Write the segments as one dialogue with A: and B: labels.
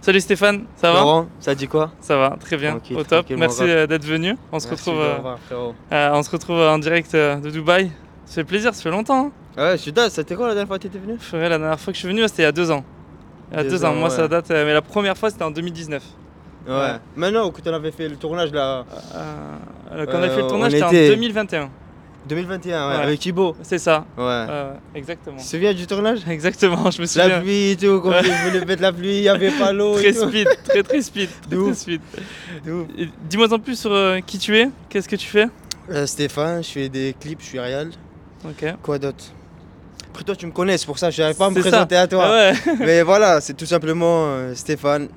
A: Salut Stéphane, ça va
B: Laurent, ça dit quoi
A: Ça va, très bien,
B: Tranquille,
A: au top.
B: tranquille, mon
A: Merci
B: ref.
A: euh, d'être venu. On se
B: Merci
A: retrouve,
B: de
A: euh,
B: m'avoir, frérot.
A: euh, on se retrouve en direct euh, de Dubaï. Ça fait plaisir, ça fait longtemps. hein.
B: Ouais, je suis dingue, c'était quoi la dernière fois que t'étais venu
A: Purée, La dernière fois que je suis venu, c'était il y a deux ans. Il y a deux,
B: Deux
A: ans,
B: ans,
A: moi
B: ouais.
A: ça date, euh, mais la première fois c'était en 2019.
B: Ouais.
A: Ouais.
B: Maintenant, quand on avait fait le tournage là,
A: Euh, quand on a
B: Euh,
A: fait le
B: on
A: tournage, c'était en
B: était-
A: 2021.
B: 2021, ouais,
A: Ouais.
B: avec Thibaut.
A: C'est ça,
B: Ouais.
A: euh,
B: Tu
A: exactement.
B: te souviens du tournage
A: Exactement, je me
B: Ah. La
A: souviens.
B: pluie et tout, quand
A: Ouais.
B: il voulait mettre la pluie, il n'y avait pas l'eau. et
A: Très
B: tout.
A: speed, très très speed, très,
B: De
A: très
B: ouf.
A: speed.
B: De ouf.
A: Et Dis-moi en plus sur euh, qui tu es, qu'est-ce que tu fais
B: Euh, Stéphane, je fais des clips, je suis réel.
A: Ok.
B: Quoi d'autre Après, toi, tu me connais, c'est pour ça que je n'arrive pas à me
A: C'est ça.
B: présenter à toi.
A: Ah ouais.
B: Mais voilà, c'est tout simplement euh, Stéphane,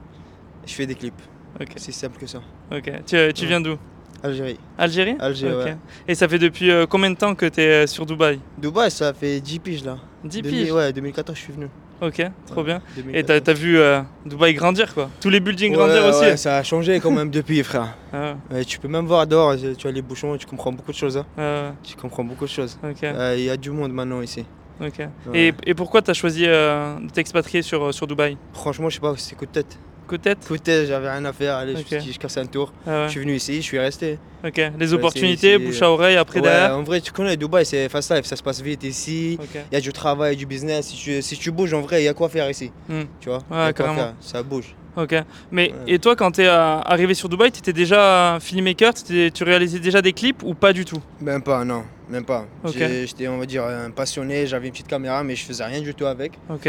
B: je fais des clips.
A: Ok.
B: C'est simple que ça.
A: Ok. Tu, euh, tu
B: Ouais.
A: viens d'où
B: Algérie.
A: Algérie
B: Algérie,
A: Ok.
B: ouais.
A: Et ça fait depuis euh, combien de temps que tu es sur Dubaï
B: Dubaï, ça fait 10 piges là.
A: 10
B: 2000,
A: piges
B: Ouais, 2014, je suis venu.
A: Ok, trop bien.
B: Ouais,
A: Et t'as
B: 2014.
A: t'as vu euh, Dubaï grandir quoi Tous les buildings grandir
B: Ouais,
A: aussi
B: ouais, ça a changé quand même depuis, frère.
A: Ah,
B: Ouais, tu peux même voir dehors, euh, tu as les bouchons, tu comprends beaucoup de choses. hein.
A: ah,
B: Tu comprends beaucoup de choses.
A: ok,
B: Euh, Il y a du monde maintenant ici.
A: ok.
B: Ouais.
A: Et, et pourquoi t'as choisi euh, de t'expatrier sur, euh, sur Dubaï
B: Franchement, je sais pas, c'est coup de tête.
A: Coup de tête
B: Coup de tête, j'avais rien à faire. Allez,
A: Ok.
B: je me suis dit, je casse un tour.
A: Ah ouais,
B: Je suis venu ici, je suis resté.
A: Ok, les
B: c'est-
A: opportunités,
B: c'est-
A: bouche à oreille, après
B: Ouais,
A: derrière
B: en vrai, tu connais Dubaï, c'est fast life, ça se passe vite ici.
A: Ok,
B: Il y a du travail, du business. Si tu, si tu bouges, en vrai, il y a quoi faire ici.
A: Hmm.
B: Tu vois
A: Ouais,
B: Y a quoi
A: carrément.
B: faire, Ça bouge.
A: ok. Mais
B: Ouais.
A: et toi quand t'es euh, arrivé sur Dubaï, t'étais déjà euh, filmmaker, t'étais- tu réalisais déjà des clips ou pas du tout
B: Même pas, non, même pas.
A: Ok.
B: J'ai- J'étais, on va dire, un passionné. J'avais une petite caméra, mais je faisais rien du tout avec.
A: Ok,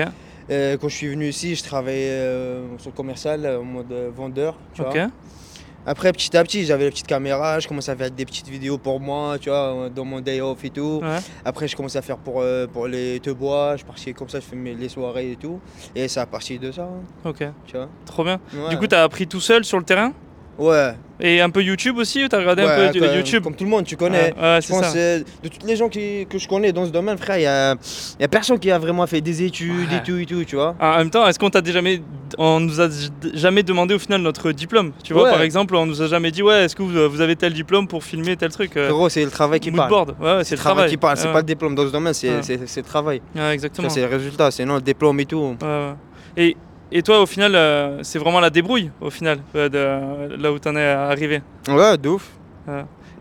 B: Euh, quand je suis venu ici, je travaillais euh, sur le commercial euh, en mode euh, vendeur. Tu
A: ok,
B: vois. Après, petit à petit, j'avais la petite caméra, je commençais à faire des petites vidéos pour moi, tu vois, euh, dans mon day off et tout.
A: ouais,
B: Après, je commençais à faire pour, euh, pour les te bois, je partais comme ça, je filmais les soirées et tout. Et ça a parti de ça, hein,
A: ok,
B: tu vois.
A: trop bien.
B: Ouais.
A: Du coup t'as appris tout seul sur le terrain
B: ouais.
A: Et un peu YouTube aussi T'as regardé
B: Ouais,
A: un peu de-
B: comme,
A: YouTube
B: Comme tout le monde, tu connais.
A: Ah, ouais,
B: Je
A: c'est
B: pense
A: ça.
B: euh, de toutes les gens qui, que je connais dans ce domaine, frère, il n'y a, il y a personne qui a vraiment fait des études
A: Ouais.
B: et tout et tout, tu vois.
A: Ah, En même temps, est-ce qu'on t'a déjà jamais, on nous a jamais demandé au final notre diplôme Tu vois,
B: Ouais.
A: par exemple, on nous a jamais dit ouais, est-ce que vous, vous avez tel diplôme pour filmer tel truc euh,
B: Frérot, c'est le travail qui parle.
A: moodboard. Ouais, ouais, c'est
B: C'est
A: le travail.
B: qui parle, c'est
A: Ouais,
B: pas le diplôme dans ce domaine, c'est
A: Ouais.
B: c'est- c'est le travail.
A: ouais,
B: Ça,
A: exactement.
B: c'est le résultat, sinon le diplôme et tout.
A: Ouais, ouais. Et et toi, au final, euh, c'est vraiment la débrouille au final euh, de là où t'en es arrivé.
B: Ouais, de ouf.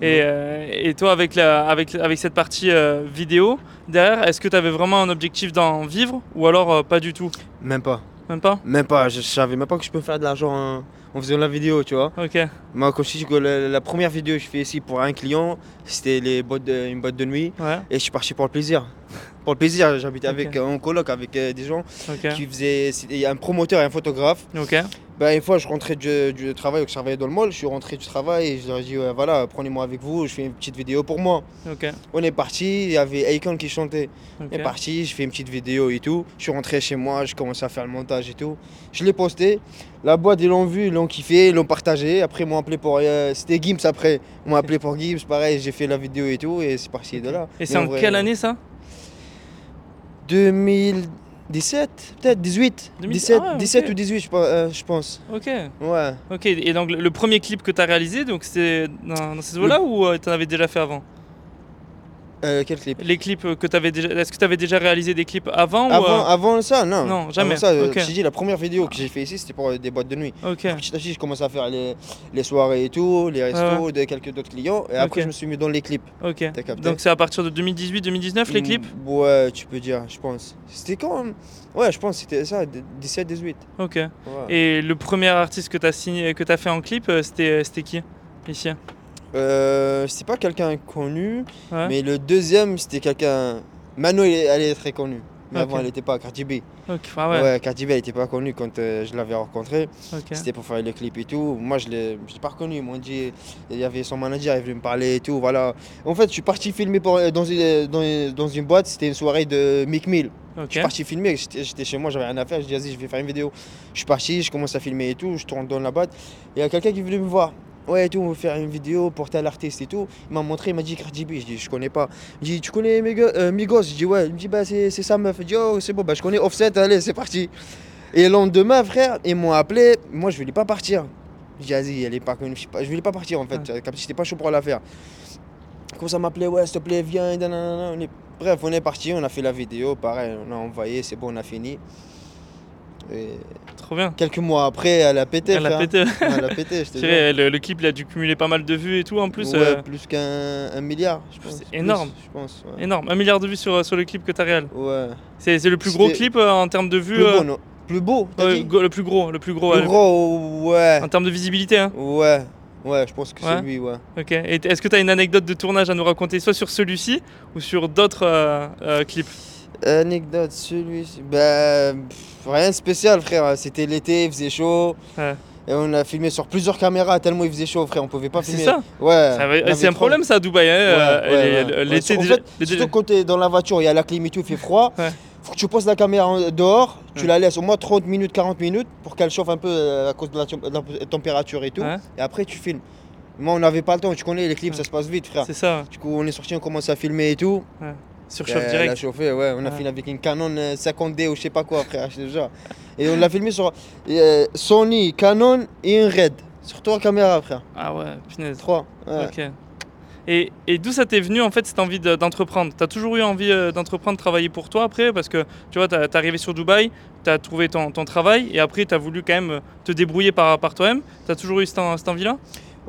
A: Et, euh, et toi, avec la, avec avec cette partie euh, vidéo derrière, est-ce que t'avais vraiment un objectif d'en vivre ou alors euh, pas du tout
B: Même pas.
A: Même pas.
B: Même pas, je, je savais même pas que je peux faire de l'argent en, en faisant la vidéo, tu vois.
A: Ok.
B: Moi, quand je dis que la, la première vidéo que je fais ici pour un client, c'était les boîtes de- une boîte de nuit.
A: Ouais.
B: Et je suis parti pour le plaisir. Pour le plaisir, j'habitais
A: Ok.
B: avec en coloc avec euh, des gens
A: Ok.
B: qui faisaient. Il y a un promoteur et un photographe.
A: Ok.
B: Bah, une fois, je rentrais du, du travail, donc je travaillais dans le mall, je suis rentré du travail et je leur ai dit, ouais, voilà, prenez-moi avec vous, je fais une petite vidéo pour moi.
A: Ok.
B: On est parti, il y avait Akon qui chantait.
A: ok.
B: On est parti, je fais une petite vidéo et tout. Je suis rentré chez moi, je commençais à faire le montage et tout. Je l'ai posté, la boîte, ils l'ont vu, ils l'ont kiffé, ils l'ont partagé. Après, ils m'ont appelé pour. euh, C'était Gims après. On m'a appelé pour Gims, pareil, j'ai fait la vidéo et tout, et c'est parti de là.
A: Et c'est en
B: Mais vrai,
A: quelle année ça
B: 2017, peut-être 18.
A: 2000
B: 17,
A: ah ouais,
B: 17
A: ok.
B: ou 18, je pense. euh, je pense.
A: Ok,
B: Ouais.
A: ok. Et donc le le premier clip que tu as réalisé, donc c'était dans, dans ces eaux-là ou euh, t'en avais déjà fait avant
B: Euh, quel clip
A: Les clips euh, que t'avais déjà, est-ce que tu avais déjà réalisé des clips avant, euh,
B: Avant, avant ça, non.
A: Ah, Non, jamais,
B: Avant ça, euh,
A: ok.
B: j'ai dit la première vidéo que j'ai fait ici, c'était pour euh, des boîtes de nuit.
A: ou euh, Ok,
B: Petit à petit, je commence à faire les, les soirées et tout, les restos de quelques autres clients. Et
A: Ok.
B: après, je me suis mis dans les clips.
A: ok.
B: T'as capté
A: Donc c'est à partir de 2018-2019 les clips
B: Mm, Ouais, tu peux dire, je pense. C'était quand même- Ouais, je pense que c'était ça, 17-18.
A: Ok.
B: Ouais.
A: Et le premier artiste que t'as signé, que t'as fait en clip, euh, c'était euh, c'était qui Ici.
B: Euh, c'était pas quelqu'un connu,
A: Ouais.
B: mais le deuxième, c'était quelqu'un. Mano, elle est- elle est très connue. Mais
A: Ok.
B: avant, elle n'était pas Cardi B.
A: Ok. Ah ouais.
B: Ouais, Cardi B, elle n'était pas connue quand euh, je l'avais rencontrée.
A: Ok.
B: C'était pour faire le clip et tout. Moi, je l'ai je l'ai pas reconnu. Ils m'ont dit, il y avait son manager, il est venu me parler et tout. Voilà. En fait, je suis parti filmer pour, euh, dans, une, dans, une- dans une boîte. C'était une soirée de Mick Mill. Je
A: Ok.
B: suis parti filmer. J'étais j'étais chez moi, j'avais rien à faire. Je dis, vas-y, je vais faire une vidéo. Je suis parti, je commence à filmer et tout. Je tourne dans la boîte. Il y a quelqu'un qui est venu me voir. Ouais, et tout, on veut faire une vidéo pour tel artiste et tout. Il m'a montré, il m'a dit Cardi B. Je dis, je connais pas. Il me dit, tu connais Migo- euh, Migos Je dis, ouais. Il me dit, bah, c'est c'est sa meuf. Je dis, oh, c'est bon, bah, je connais Offset, allez, c'est parti. Et le lendemain, frère, ils m'ont appelé. Moi, je voulais pas partir. Je dis, vas-y, elle est pas connue. Je sais pas- je voulais pas partir en fait, comme si j'étais pas chaud pour la faire. Comme ça m'appelait, ouais, s'il te plaît, viens. et nanana, on est- Bref, on est parti, on a fait la vidéo, pareil, on a envoyé, c'est bon, on a fini. Et
A: trop bien.
B: Quelques mois après, elle a pété.
A: Elle a
B: frère.
A: pété.
B: Elle a pété, je te
A: Tu
B: jure.
A: sais, le, le clip il a dû cumuler pas mal de vues et tout en plus.
B: Ouais,
A: euh,
B: plus qu'un un milliard, je pense.
A: C'est
B: Plus,
A: énorme.
B: Je pense. Ouais.
A: énorme. Un milliard de vues sur, sur le clip que t'as réel.
B: Ouais.
A: C'est c'est le plus gros
B: C'était-
A: clip euh, en termes de vues.
B: Plus
A: euh,
B: beau, non Plus beau, t'as
A: ouais,
B: dit
A: go- le plus gros, le plus gros.
B: Plus
A: ouais, le-
B: gros, ouais.
A: En termes de visibilité, hein.
B: Ouais. Ouais, je pense que
A: Ouais.
B: c'est lui, ouais.
A: Ok. Et t- Est-ce que tu as une anecdote de tournage à nous raconter, soit sur celui-ci ou sur d'autres euh, euh, clips
B: Anecdote, celui-ci. Bah, pff, rien de spécial, frère. C'était l'été, il faisait chaud.
A: Ouais.
B: Et on a filmé sur plusieurs caméras tellement il faisait chaud, frère. On pouvait pas
A: C'est
B: filmer.
A: ça,
B: Ouais.
A: Ça va-
B: on avait
A: C'est un
B: trop-
A: problème ça à Dubaï. hein, euh,
B: Ouais, ouais,
A: les-
B: ouais.
A: L'été
B: En
A: déjà.
B: fait,
A: les-
B: Surtout quand t'es dans la voiture, il y a la clim et tout, il fait froid.
A: Ouais.
B: Faut que tu poses la caméra en- dehors, tu
A: Ouais.
B: la laisses au moins 30 minutes, 40 minutes pour qu'elle chauffe un peu euh, à cause de la, tem- de la température et tout.
A: Ouais.
B: Et après, tu filmes. Moi, on n'avait pas le temps, tu connais les clips, ça se passe vite, frère.
A: C'est ça,
B: Du coup, on est sorti, on commence à filmer et tout.
A: surchauffe
B: Euh, Elle a
A: direct.
B: chauffé, ouais. On a
A: Ouais.
B: filmé avec une Canon euh, 50D ou je sais pas quoi, frère, je te jure. Et on l'a filmé sur euh, Sony, Canon et une Red. Sur trois caméras, frère.
A: Ah ouais, punaise.
B: Trois. ouais.
A: Ok. Et, et d'où ça t'est venu en fait cette envie de- d'entreprendre T'as toujours eu envie euh, d'entreprendre, travailler pour toi après Parce que tu vois, t'as- t'es arrivé sur Dubaï, t'as trouvé ton, ton travail et après t'as voulu quand même euh, te débrouiller par, par toi-même. T'as toujours eu cette, en- cette envie-là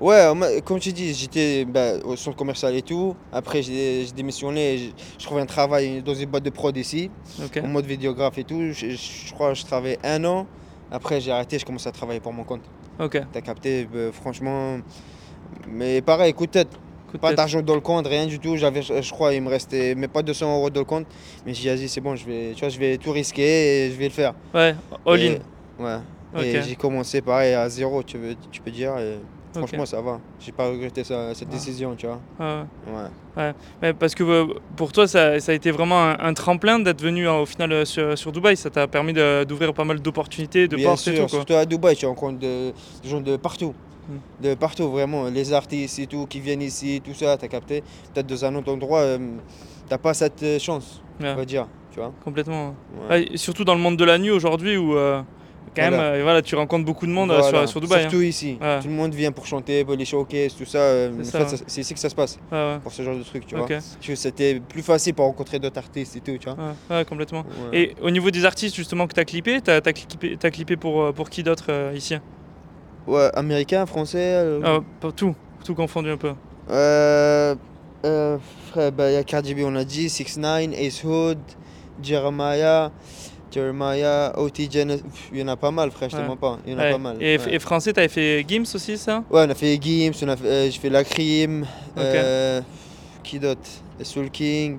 B: Ouais, on m'a- comme tu dis, j'étais bah, au centre commercial et tout. Après, j'ai j'ai démissionné, et j'ai- je trouvais un travail dans une boîte de prod ici,
A: Ok.
B: en mode vidéographe et tout. Je, je- je crois que je travaillais un an. Après, j'ai arrêté, je commençais à travailler pour mon compte.
A: Ok.
B: T'as capté, bah, franchement. Mais pareil, coup de tête,
A: Coup de
B: pas
A: tête.
B: d'argent dans le compte, rien du tout. J'avais, je je crois, il me restait mais pas 200 euros dans le compte. Mais j'ai dit, c'est bon, je vais, tu vois, je vais tout risquer et je vais le faire.
A: Ouais, all in.
B: Et- Ouais.
A: Ok.
B: Et j'ai commencé pareil à zéro, tu, veux, tu peux dire. et
A: Ok.
B: Franchement, ça va. J'ai pas regretté ça- cette
A: Ouais.
B: décision, tu vois.
A: Ouais.
B: Ouais.
A: Ouais, parce que euh, pour toi, ça, ça a été vraiment un, un tremplin d'être venu euh, au final euh, sur, sur Dubaï. Ça t'a permis de- d'ouvrir pas mal d'opportunités, de
B: Bien
A: portes et
B: sûr,
A: tout. Quoi. Hmm.
B: surtout à Dubaï, tu rencontres de- des gens de partout. De partout, vraiment. Les artistes et tout qui viennent ici, tout ça, t'as capté. Peut-être dans un autre endroit, euh, t'as pas cette euh, chance,
A: Ouais.
B: on va dire. Tu vois.
A: Complètement.
B: Ouais.
A: Ouais, et surtout dans le monde de la nuit aujourd'hui où euh, quand
B: Voilà.
A: même, euh, voilà, tu rencontres beaucoup de monde euh,
B: Voilà.
A: sur, sur Dubaï. hein.
B: Surtout ici.
A: Ouais.
B: Tout le monde vient pour chanter, pour les showcases, tout ça. euh,
A: C'est
B: en
A: ça,
B: fait,
A: ouais.
B: ça- c'est ici que ça se passe,
A: Ouais, ouais.
B: pour ce genre de truc, tu
A: Ok.
B: vois. Je trouve que C'était plus facile pour rencontrer d'autres artistes et tout, tu vois.
A: Ouais, ouais, complètement.
B: Ouais.
A: Et au niveau des artistes justement que t'as clippé, t'as as clippé, t'as clippé pour, euh, pour qui d'autre euh, ici
B: Ouais, américain, français. euh,
A: Ah, Pour tout, tout confondu un peu.
B: Euh, euh, frère, bah, y a Cardi B, on a dit, 6 9 Ace Hood, Jeremiah, Jeremiah, OT Genesis. Il y en a pas mal, frère, je te
A: Ouais.
B: mens pas. Il y en a
A: Ouais.
B: pas mal.
A: Et,
B: ouais.
A: et français, t'avais fait Gims aussi, ça
B: Ouais, on a fait Gims, on a fait, euh, j'ai fait La Crime, euh, qui d'autre Soul King,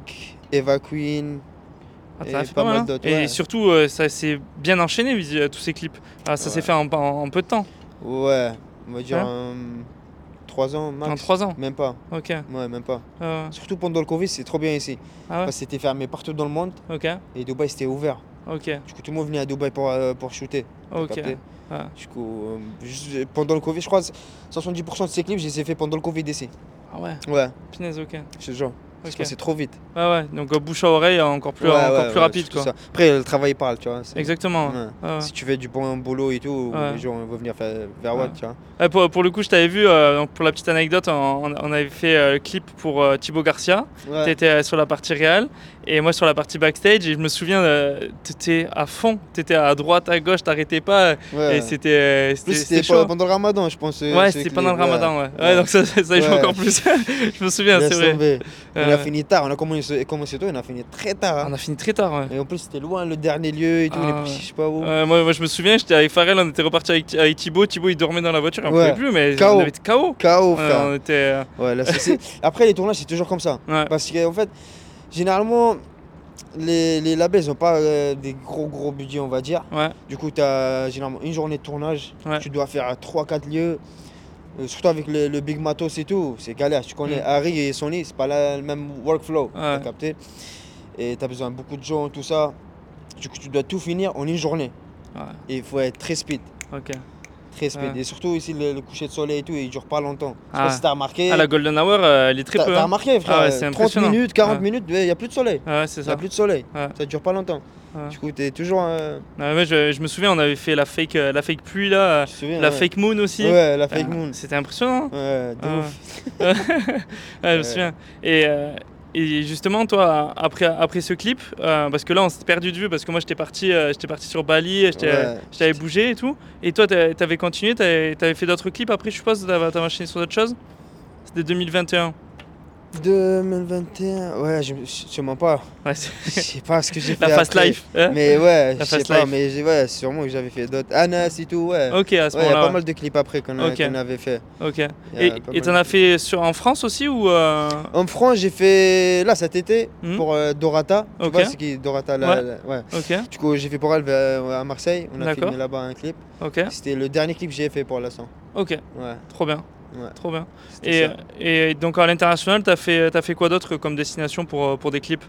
B: Eva Queen.
A: Ah,
B: Et
A: t'en as fait
B: pas
A: mal,
B: mal
A: hein.
B: d'autres,
A: Et
B: ouais.
A: surtout, euh, ça s'est bien enchaîné, visi- euh, tous ces clips. Ah, ça s'est
B: Ouais.
A: fait en, en- en peu de temps,
B: Ouais, on va dire
A: Ouais.
B: 3 ans max.
A: en trois ans.
B: Même pas,
A: Ok.
B: ouais, même pas.
A: Euh,
B: Surtout pendant le Covid, c'est trop bien ici.
A: ah ouais
B: Parce que c'était fermé partout dans le monde
A: Ok.
B: et Dubaï c'était ouvert.
A: Ok.
B: Du coup, tout le monde venait à Dubaï pour, euh, pour shooter. t'as
A: Ok. Ah.
B: capté
A: Ouais.
B: Du coup, euh, je- pendant le Covid, je crois 70% de ces clips, je les ai fait pendant le Covid ici.
A: Ah ouais,
B: Ouais,
A: punaise, ok.
B: je te jure.
A: Ok.
B: Je passais trop vite.
A: Ah ouais, donc euh, bouche à oreille, euh, encore plus,
B: Ouais,
A: encore
B: ouais,
A: plus
B: ouais,
A: rapide,
B: surtout
A: quoi.
B: ça. Après, le travail parle, tu vois. c'est-
A: Exactement. ouais.
B: Ouais.
A: Ah ouais.
B: Si tu fais du bon boulot et tout,
A: Ouais.
B: les gens vont venir faire, vers
A: Ouais.
B: Watt, tu vois.
A: Ah, pour, pour le coup, je t'avais vu, euh, donc, pour la petite anecdote, on, on avait fait euh, le clip pour euh, Thibaut Garcia.
B: Ouais.
A: T'étais euh, sur la partie réelle et moi sur la partie backstage. Et je me souviens, euh, t'étais à fond, t'étais à droite, à gauche, t'arrêtais pas. euh,
B: Ouais.
A: Et c'était, euh,
B: En plus,
A: c'était
B: c'était
A: c'était chaud.
B: pendant le ramadan, je pense.
A: Ouais, c'était pendant le ramadan, ouais. Ouais, donc ça, ça, ça y joue
B: Ouais.
A: encore plus. je me souviens, c'est vrai.
B: On
A: Ouais,
B: a
A: ouais.
B: fini tard, on a commencé, commencé tôt, on a fini très tard. hein.
A: On a fini très tard, ouais.
B: Et en plus, c'était loin le dernier lieu et tout, on
A: Ah
B: est
A: ouais.
B: parti, je sais pas où.
A: Ouais, moi, moi, je me souviens, j'étais avec Farel, on était reparti avec, avec Thibaut. Thibaut, il dormait dans la voiture, on
B: Ouais.
A: pouvait plus, mais
B: K.O.
A: on avait été KO.
B: KO,
A: Ouais,
B: frère.
A: on était. euh,
B: Ouais, là, c'est- c'est- Après, les tournages, c'est toujours comme ça.
A: Ouais.
B: Parce qu'en fait, généralement, les, les labels, ils n'ont pas euh, des gros, gros budgets, on va dire.
A: Ouais.
B: Du coup, tu as généralement une journée de tournage.
A: Ouais.
B: Tu dois faire 3-4 lieux. Euh, surtout avec le, le Big Matos et tout. C'est galère. Tu connais
A: Mm.
B: Harry et Sony, c'est pas la- le même workflow. T'as
A: Ouais.
B: capté Et tu as besoin de beaucoup de gens, tout ça. Du coup, tu dois tout finir en une journée.
A: Ouais.
B: Et il faut être très speed.
A: Ok.
B: Très speed.
A: Ouais.
B: Et surtout ici, le, le coucher de soleil et tout, il dure pas longtemps. Je sais
A: Ah.
B: pas si t'as remarqué.
A: Ah, la Golden Hour, euh, elle est très
B: T'as
A: peu.
B: t'as
A: hein.
B: remarqué, frère
A: Ah ouais,
B: euh,
A: c'est
B: 30
A: impressionnant.
B: minutes, 40
A: Ouais.
B: minutes, il n'y a plus de soleil.
A: Ah ouais, c'est
B: Il n'y
A: ça.
B: a plus de soleil.
A: Ouais.
B: Ça dure pas longtemps.
A: Ouais.
B: Du coup, t'es toujours. euh,
A: Ah, Ouais, moi, je, je me souviens, on avait fait la fake, euh, la fake pluie là, euh,
B: tu te souviens,
A: la
B: ouais.
A: fake moon aussi.
B: Ouais, la fake
A: Euh,
B: moon.
A: C'était impressionnant.
B: Ouais, de
A: Ah
B: ouf.
A: ouais, Ouais, je me
B: Ouais.
A: souviens. Et, euh, et justement, toi, après, après ce clip, euh, parce que là, on s'est perdu de vue, parce que moi, j'étais parti, euh, j'étais parti sur Bali, j'étais
B: Ouais.
A: je t'avais bougé et tout. Et toi, t'a- t'avais continué, t'avais t'avais fait d'autres clips après, je suppose, t'avais t'avais enchaîné sur d'autres choses C'était 2021.
B: 2021, ouais, je je sais même pas.
A: Ouais, c'est-
B: Je sais pas ce que j'ai fait.
A: la fast
B: après.
A: life. hein
B: Mais ouais,
A: La
B: je sais
A: fast
B: pas,
A: life.
B: mais j'ai- ouais, sûrement que j'avais fait d'autres. Anas et tout, ouais.
A: ok, à ce
B: euh, Ouais, il y a
A: moment-là.
B: pas mal de clips après qu'on a-
A: Ok.
B: qu'on avait fait.
A: ouais. Ok.
B: Y a
A: Et
B: pas
A: et
B: mal
A: t'en
B: de-
A: as fait sur, en France aussi ou euh,
B: En France, j'ai fait là cet été
A: Mhm.
B: pour euh, Dorata. Tu
A: Ok.
B: vois, c'est qui Dorata là,
A: Ouais.
B: là, ouais.
A: Ok,
B: Du coup, j'ai fait pour elle euh, à Marseille. On a
A: D'accord. Ah.
B: filmé là-bas un clip.
A: ok,
B: C'était le dernier clip que j'ai fait pour l'instant.
A: ok.
B: Ouais.
A: Trop bien.
B: Ouais.
A: Trop bien.
B: c'était
A: Et, euh,
B: ça.
A: et donc à l'international, t'as fait, t'as fait quoi d'autre comme destination pour, euh, pour des clips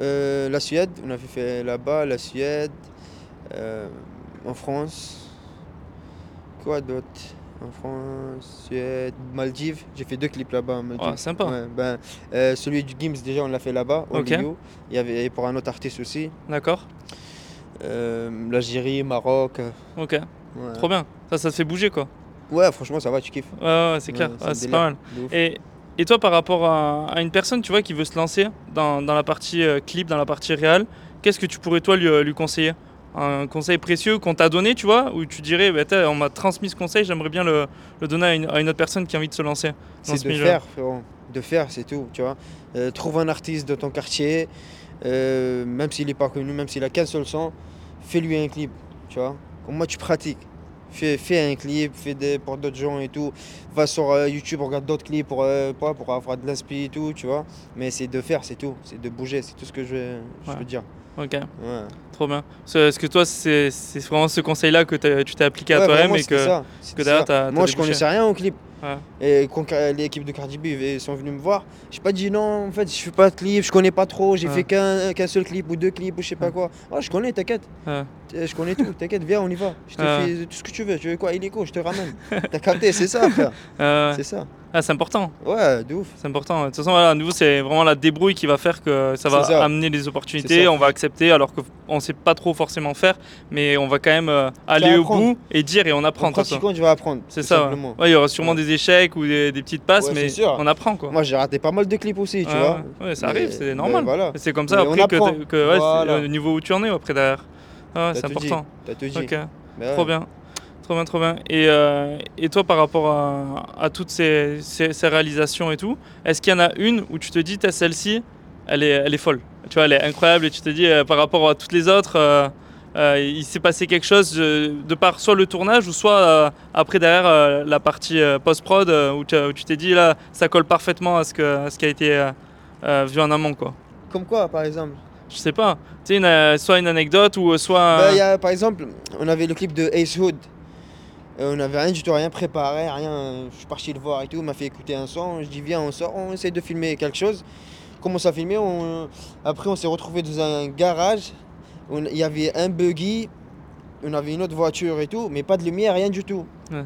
B: Euh, la Suède, on a fait là-bas, la Suède, euh, en France. Quoi d'autre En France, Suède, Maldives. J'ai fait deux clips là-bas. à Maldives.
A: Oh, Sympa.
B: Ouais, ben, euh, celui du Gims, déjà, on l'a fait là-bas, au
A: Ok.
B: Lido. Il y avait pour un autre artiste aussi.
A: D'accord.
B: Euh, L'Algérie, Maroc. euh,
A: Ok.
B: ouais.
A: Trop bien. Ça, ça te fait bouger quoi.
B: Ouais, franchement, ça va, tu kiffes.
A: Ouais, ouais, ouais, c'est clair.
B: Ouais, c'est
A: Ouais,
B: un
A: c'est
B: délire.
A: pas mal.
B: de ouf.
A: Et, et toi, par rapport à, à une personne, tu vois, qui veut se lancer dans, dans la partie euh, clip, dans la partie réelle, qu'est-ce que tu pourrais, toi, lui, euh, lui conseiller Un conseil précieux qu'on t'a donné, tu vois, où tu dirais, bah, t'as- on m'a transmis ce conseil, j'aimerais bien le, le donner à une, à une autre personne qui a envie de se lancer.
B: C'est
A: ce
B: de
A: milieu-là.
B: faire, frérot. De faire, c'est tout, tu vois. Euh, trouve un artiste de ton quartier, euh, même s'il n'est pas connu, même s'il a qu'un seul son, fais-lui un clip, tu vois. Comme moi, tu pratiques. Fais, fais un clip, fais des, pour d'autres gens et tout. Va sur euh, YouTube, regarde d'autres clips pour, euh, pour, pour avoir de l'inspi et tout, tu vois. Mais c'est de faire, c'est tout. C'est de bouger, c'est tout ce que je, je
A: Ouais.
B: veux dire.
A: Ok,
B: Ouais.
A: trop bien. Parce- Est-ce que toi, c'est c'est vraiment ce conseil-là que t'as- tu t'es appliqué à
B: Ouais,
A: toi-même
B: vraiment,
A: et
B: c'était
A: que.
B: ça, c'était
A: derrière,
B: ça.
A: t'as- t'as
B: Moi, je
A: débouché.
B: connaissais rien au clip.
A: Ouais.
B: Et quand Ka- l'équipe de Cardi B ils sont venus me voir, j'ai pas dit non, en fait, je fais pas de clip, je connais pas trop, j'ai
A: Ouais.
B: fait qu'un qu'un seul clip ou deux clips ou je sais pas
A: Ouais.
B: quoi. Oh, je connais, t'inquiète.
A: Ouais.
B: Euh, Je connais tout, t'inquiète, viens, on y va. Je te
A: Ouais.
B: fais tout ce que tu veux, tu veux quoi, illico, je te ramène. T'as capté, c'est ça, frère.
A: Euh,
B: C'est ça.
A: ah, c'est important,
B: Ouais, de ouf.
A: c'est important. De toute façon, voilà, à nouveau, c'est vraiment la débrouille qui va faire que ça va
B: C'est ça.
A: amener les
B: C'est
A: opportunités,
B: ça.
A: on va accepter alors qu'on ne sait pas trop forcément faire, mais on va quand même euh, aller au
B: apprendre.
A: bout et dire et on apprend.
B: En
A: de toute façon.
B: pratiquant, tu vas apprendre.
A: C'est
B: tout
A: ça. ouais. Ouais,
B: simplement.
A: Il y aura sûrement des échecs ou des, des petites passes,
B: Ouais,
A: mais
B: c'est sûr.
A: on apprend quoi.
B: Moi, j'ai raté pas mal de clips aussi, tu
A: Ouais,
B: vois.
A: ouais, ouais, ça
B: Mais-
A: arrive, c'est
B: mais
A: normal.
B: Voilà,
A: C'est comme ça
B: Mais on
A: après que,
B: apprend.
A: t'es- que ouais,
B: Voilà.
A: c'est le niveau où tu en es après derrière. Ah ouais,
B: T'as
A: c'est
B: tout dit.
A: important.
B: t'as tout dit.
A: Ok,
B: Mais
A: trop
B: ouais.
A: bien. Trop bien, trop bien. Et, euh, et toi, par rapport à, à toutes ces, ces- ces réalisations et tout, est-ce qu'il y en a une où tu te dis, t'as celle-ci, elle est, elle est folle Tu vois, elle est incroyable et tu te dis, euh, par rapport à toutes les autres, euh, euh, il s'est passé quelque chose euh, de par soit le tournage ou soit euh, après derrière euh, la partie euh, post-prod euh, où tu as- où tu t'es dit, là, ça colle parfaitement à ce, que, à ce qui a été euh, euh, vu en amont, quoi.
B: Comme quoi, par exemple
A: Je sais pas. Tu sais, une, euh, soit une anecdote ou euh, soit.
B: Bah,
A: un-
B: il y a, par exemple, on avait le clip de Ace Hood. Euh, on avait rien du tout, rien préparé, rien. Je suis parti le voir et tout. Il m'a fait écouter un son. Je dis, viens, on sort, on essaie de filmer quelque chose. On Commence à filmer. on- Après, on s'est retrouvé dans un garage. On- Il y avait un buggy. On avait une autre voiture et tout, mais pas de lumière, rien du tout.
A: Ouais.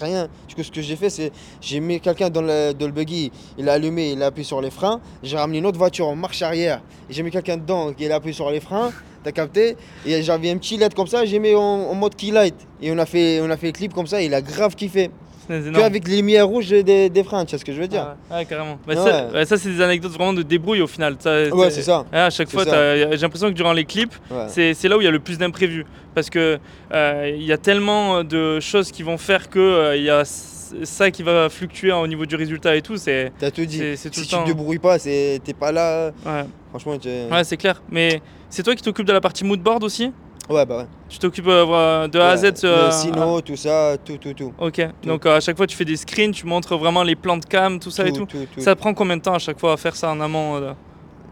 B: Rien. Du coup, ce que j'ai fait, c'est j'ai mis quelqu'un dans le, dans le buggy, il a allumé, il a appuyé sur les freins. J'ai ramené une autre voiture en marche arrière. J'ai mis quelqu'un dedans, il a appuyé sur les freins. T'as capté et j'avais un petit LED comme ça, j'ai mis en, en mode key light. Et on a, fait, on a fait le clip comme ça, il a grave kiffé.
A: c'est énorme.
B: Que avec les lumières rouges des, des freins, tu vois ce que je veux dire
A: Ah ouais, ouais, carrément. Bah,
B: Ouais.
A: Ça, ouais, ça, c'est des anecdotes vraiment de débrouille au final. Ça,
B: Ouais, c'est ça.
A: Ouais, à chaque
B: C'est
A: fois,
B: ça.
A: t'as- j'ai l'impression que durant les clips,
B: Ouais.
A: c'est c'est là où il y a le plus d'imprévus. Parce que euh, il y a tellement de choses qui vont faire que euh, il y a s- ça qui va fluctuer au niveau du résultat et tout. C'est
B: T'as tout dit.
A: c'est- c'est tout
B: si
A: le
B: tu
A: temps.
B: te débrouilles pas, c'est- t'es pas là.
A: Ouais,
B: Franchement, tu- ouais.
A: Ouais, c'est clair. Mais c'est toi qui t'occupes de la partie moodboard aussi
B: bah ouais.
A: Tu t'occupes euh, de A à Z
B: Ouais.
A: euh,
B: Le sino, tout ça, tout, tout, tout.
A: Ok, donc euh, à chaque fois tu fais des screens, tu montres vraiment les plans de cam, tout ça et tout. Ça prend combien de temps à chaque fois à faire ça en amont euh,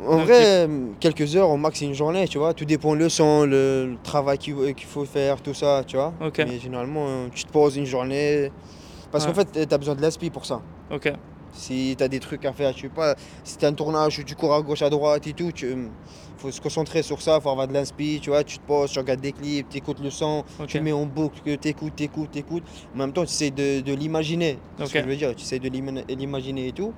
B: En
A: Un
B: vrai, euh, quelques heures, au max, c'est une journée, tu vois. Tout dépend le son, le, le travail qu'il euh, qu'il faut faire, tout ça, tu vois.
A: Ok.
B: Mais généralement, euh, tu te poses une journée. Parce
A: Ouais.
B: qu'en fait, t'as besoin de l'aspi pour ça.
A: Ok.
B: Si t'as des trucs à faire, je sais pas, si t'as un tournage où tu cours à gauche, à droite et tout, tu, euh, faut se concentrer sur ça, faut avoir de l'inspi, tu vois, tu te poses, tu regardes des clips, t'écoutes le son,
A: ok.
B: tu mets en boucle, que t'écoutes, t'écoutes, t'écoutes. En même temps, tu essaies de, de l'imaginer, c'est ce que
A: Ok. Hmm.
B: je veux dire, tu essaies de l'ima- l'imaginer et tout.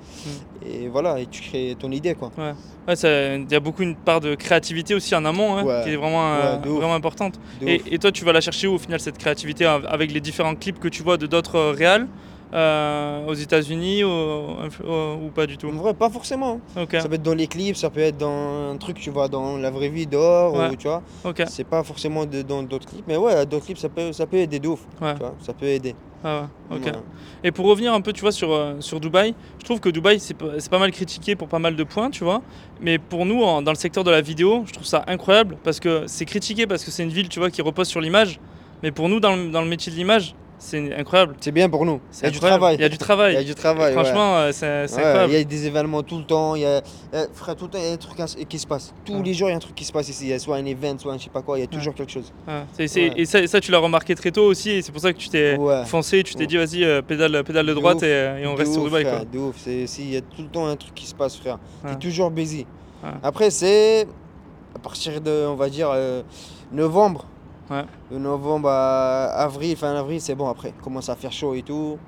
B: Et voilà, et tu crées ton idée, quoi.
A: Ouais, ça- il y a beaucoup une part de créativité aussi en amont hein,
B: Ouais.
A: qui est vraiment, euh,
B: Ouais, de ouf.
A: vraiment importante.
B: De
A: Et,
B: ouf.
A: et toi, tu vas la chercher où au final cette créativité av- avec les différents clips que tu vois de d'autres euh, réals euh, aux États-Unis au- au- ou pas du tout
B: En vrai, pas forcément. hein.
A: Ok,
B: Ça peut être dans les clips, ça peut être dans un truc, tu vois, dans la vraie vie dehors,
A: Ouais.
B: ou, tu vois.
A: ok.
B: C'est pas forcément de- dans d'autres clips, mais ouais, d'autres clips, ça peut, ça peut aider de ouf.
A: Ouais.
B: Tu vois, ça peut aider.
A: Ah ouais, ok.
B: Voilà.
A: Et pour revenir un peu, tu vois, sur, euh, sur Dubaï, je trouve que Dubaï, c'est pas, c'est pas mal critiqué pour pas mal de points, tu vois. Mais pour nous, en- dans le secteur de la vidéo, je trouve ça incroyable parce que c'est critiqué parce que c'est une ville, tu vois, qui repose sur l'image. Mais pour nous, dans le, dans le métier de l'image, c'est incroyable.
B: C'est bien pour nous. Il y
A: C'est
B: a du
A: incroyable.
B: travail.
A: Il y a du
B: Il y a
A: travail.
B: du travail. ouais.
A: Franchement, euh, c'est c'est
B: Ouais,
A: incroyable.
B: il y a des événements tout le temps, il y a, il y a- frère, tout le temps, il y a des trucs qui- qui se passent. Tous
A: Ouais.
B: les jours, il y a un truc qui se passe ici. Il y a soit un event, soit un je sais pas quoi, il y a toujours quelque chose.
A: Ouais. C'est- c'est-
B: Ouais.
A: Et ça, ça, tu l'as remarqué très tôt aussi, et c'est pour ça que tu t'es
B: Ouais.
A: foncé, tu t'es
B: Ouais.
A: dit, vas-y, euh, pédale, pédale de
B: De
A: droite
B: ouf.
A: et, euh, et on
B: De
A: reste sur
B: ouf,
A: Dubaï.
B: frère,
A: Quoi.
B: de ouf, c'est si, il y a tout le temps un truc qui se passe, frère.
A: Ouais.
B: T'es toujours busy.
A: Ouais.
B: Après, c'est à partir de, on va dire, euh, novembre.
A: Ouais.
B: De novembre à avril, fin avril, c'est bon après. Il Commence à faire chaud et tout.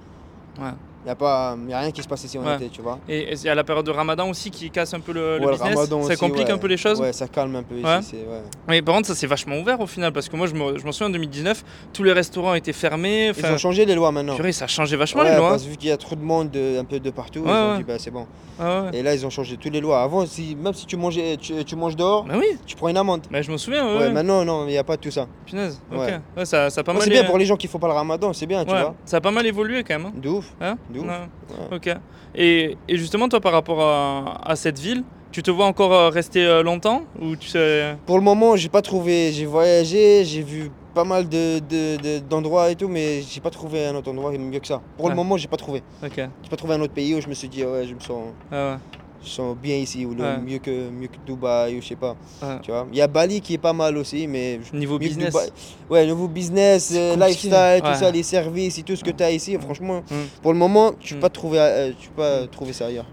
A: Ouais.
B: Il n'y a, pas- y a rien qui se passe ici en
A: Ouais.
B: été, tu vois.
A: Et et il y a la période de Ramadan aussi qui casse un peu le, le
B: Ouais, le
A: business.
B: Ramadan
A: ça
B: aussi,
A: complique
B: ouais.
A: un peu les choses.
B: Ouais, ça calme un peu ici.
A: Ouais.
B: c'est- ouais.
A: Mais par contre, ça s'est vachement ouvert au final parce que moi, je me, je m'en souviens en 2019, tous les restaurants étaient fermés.
B: Ils
A: enfin,
B: ont changé les lois maintenant.
A: purée, ça a changé vachement hein.
B: Ouais,
A: les lois.
B: parce que vu qu'il y a trop de monde de- un peu de partout,
A: Ouais,
B: ils ont
A: ouais.
B: dit bah c'est bon.
A: Ah ouais.
B: Et là ils ont changé toutes les lois. Avant, si, même si tu mangeais, tu, tu manges dehors,
A: Bah oui,
B: tu prends une amende.
A: bah, je m'en souviens. Ouais,
B: Ouais,
A: ouais.
B: maintenant non, il n'y a pas tout ça.
A: Punaise, ok.
B: Ouais.
A: Ouais, ça, ça a pas
B: Moi,
A: mal
B: c'est bien
A: é-
B: pour les gens qui font pas le ramadan, c'est bien, tu
A: ouais,
B: vois.
A: Ça a pas mal évolué quand même. hein.
B: De ouf.
A: Hein
B: De ouf.
A: Ouais. Ok. Et, et justement, toi, par rapport à, à cette ville, tu te vois encore euh, rester euh, longtemps ou tu sais...
B: Pour le moment, j'ai pas trouvé. J'ai voyagé, j'ai vu pas mal de, de- de- d'endroits et tout, mais j'ai pas trouvé un autre endroit mieux que ça. Pour
A: Ouais.
B: le moment, j'ai pas trouvé.
A: Ok. Ouais,
B: J'ai pas trouvé un autre pays où je me suis dit ouais, je me sens,
A: ouais.
B: je me sens bien ici ou le-
A: Ouais.
B: mieux que mieux que Dubaï ou je sais pas.
A: Ouais.
B: Tu vois. Il y a Bali qui est pas mal aussi, mais bah, je
A: Niveau
B: Mieux que
A: business.
B: Dubaï. Ouais, nouveau business, euh,
A: compliqué.
B: lifestyle,
A: Ouais.
B: tout ça, les services et tout ce que tu as ici. Franchement,
A: Mm.
B: pour le moment, tu
A: Mm.
B: peux pas trouver, euh, tu peux pas
A: Mm.
B: trouver ça ailleurs.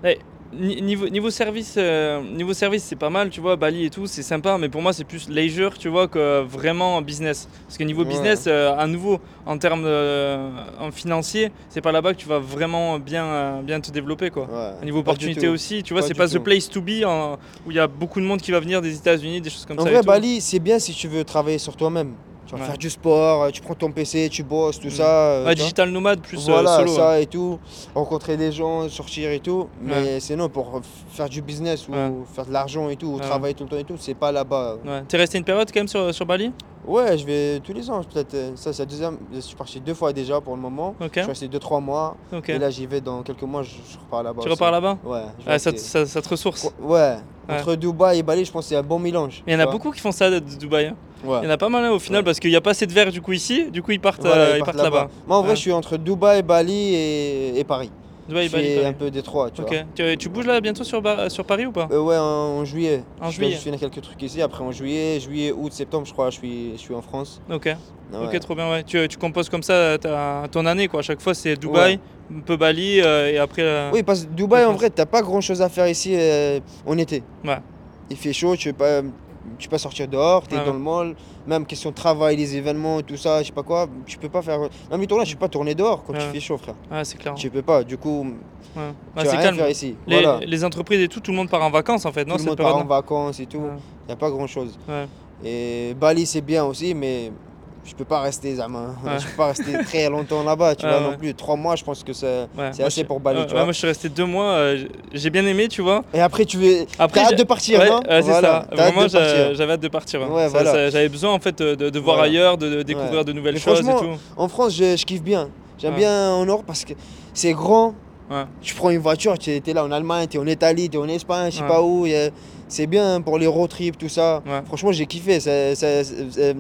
A: Ni- Niveau, niveau service, euh, niveau service c'est pas mal, tu vois, Bali et tout, c'est sympa, mais pour moi, c'est plus leisure, tu vois, que vraiment business. Parce que niveau
B: Ouais.
A: business, euh, à nouveau, en termes euh, en financier, c'est pas là-bas que tu vas vraiment bien, euh, bien te développer, quoi.
B: Ouais,
A: Au niveau
B: pas du
A: opportunité
B: tout.
A: aussi, tu vois,
B: Pas
A: c'est
B: du
A: pas the
B: tout.
A: place to be, en- où il y a beaucoup de monde qui va venir des États-Unis, des choses comme
B: En
A: ça. et
B: vrai,
A: tout.
B: Bali, c'est bien si tu veux travailler sur toi-même. Tu vas
A: Ouais.
B: faire du sport, euh, tu prends ton PC, tu bosses, tout
A: Mm.
B: ça. euh,
A: Ouais,
B: tu vois.
A: digital nomade plus euh,
B: voilà,
A: solo.
B: ça et tout. Rencontrer des gens, sortir et tout. Mais c'est non, pour f- faire du business ou
A: Ouais.
B: faire de l'argent et tout, ou
A: Ouais.
B: travailler tout le temps et tout, c'est pas là-bas.
A: ouais. Ouais. T'es resté une période quand même sur, sur Bali
B: Ouais, je vais tous les ans, peut-être. euh, Ça, c'est la deuxième. Je suis parti deux fois déjà pour le moment.
A: Ok,
B: Je suis resté deux, trois mois.
A: ok.
B: Et là, j'y vais dans quelques mois, je, je repars là-bas.
A: tu
B: aussi.
A: repars là-bas
B: Ouais. je vais
A: Ah, ça, te-
B: essayer.
A: ça- ça te ressource.
B: Quoi- Ouais.
A: Ouais.
B: Entre Dubaï et Bali, je pense que c'est un bon mélange.
A: Il y en a
B: tu vois.
A: beaucoup qui font ça de de Dubaï. hein.
B: Ouais.
A: Il y en a pas mal hein, au final
B: Ouais.
A: parce qu'il n'y a pas assez de verre du coup ici, du coup ils partent,
B: Voilà,
A: euh, ils partent là-bas.
B: Moi, en vrai,
A: Ouais.
B: je suis entre Dubaï, Bali et, et Paris.
A: Dubaï,
B: je
A: Bali,
B: suis
A: Paris.
B: un peu des trois, euh, tu
A: Ok.
B: vois.
A: Tu, tu bouges là bientôt sur, Ba- sur Paris ou pas
B: Euh, ouais, en, en juillet.
A: En
B: je
A: juillet.
B: Je finis quelques trucs ici. Après, en juillet, juillet, août, septembre, je crois, je suis, je suis en France. Ah
A: Ok,
B: Ouais.
A: ok, trop bien. Ouais. Tu, tu composes comme ça ta- ton année quoi. À chaque fois c'est Dubaï, un peu Bali euh, et après. euh,
B: Oui, parce que Dubaï, en
A: Ok.
B: vrai, t'as pas grand chose à faire ici euh, en été.
A: Ouais.
B: Il fait chaud, tu peux pas, tu peux pas sortir dehors, t'es
A: Ouais,
B: dans
A: ouais.
B: le mall. Même question de travail, les événements, tout ça, je sais pas quoi, tu peux pas faire. Même les tournages, tu peux pas tourner dehors quand
A: Ouais.
B: il fait chaud, frère.
A: ouais, c'est clair.
B: Tu peux pas, du coup,
A: Ouais. Ouais,
B: tu vas
A: c'est
B: rien
A: calme.
B: faire ici.
A: Les,
B: voilà.
A: les entreprises et tout, tout le monde part en vacances en fait, non
B: tout
A: cette
B: le monde part en
A: période-là
B: vacances et tout.
A: Ouais.
B: Y a pas grand chose.
A: Ouais.
B: Et Bali c'est bien aussi, mais je peux pas rester, Zama.
A: Ouais.
B: Je peux pas rester très longtemps là-bas, tu
A: Ouais,
B: vois
A: ouais.
B: non plus. Trois mois, je pense que c'est.
A: Ouais.
B: C'est
A: Moi,
B: assez
A: je-
B: pour Bali,
A: ouais,
B: tu
A: ouais,
B: vois.
A: moi je suis resté deux mois, euh, j'ai bien aimé, tu vois.
B: Et après, tu veux.
A: Après,
B: T'as
A: j'ai-
B: hâte de partir,
A: ouais,
B: non
A: ouais, c'est
B: Voilà,
A: ça.
B: t'as hâte
A: Vraiment,
B: de partir.
A: j'a- j'avais hâte de partir. hein.
B: Ouais,
A: Ça-
B: voilà.
A: ça- J'avais besoin en fait de, de voir
B: Voilà.
A: ailleurs, de, de découvrir
B: Ouais.
A: de nouvelles
B: Mais
A: choses et
B: franchement,
A: tout.
B: En France, je, je kiffe bien. J'aime
A: Ouais.
B: bien en Europe parce que c'est grand.
A: Ouais.
B: Tu prends une voiture, tu es là en Allemagne, tu es en Italie, tu es en Espagne, je sais
A: Ouais.
B: pas où. y a- C'est bien pour les road trips, tout ça.
A: Ouais.
B: Franchement, j'ai kiffé. Ça- ça- ça- ça-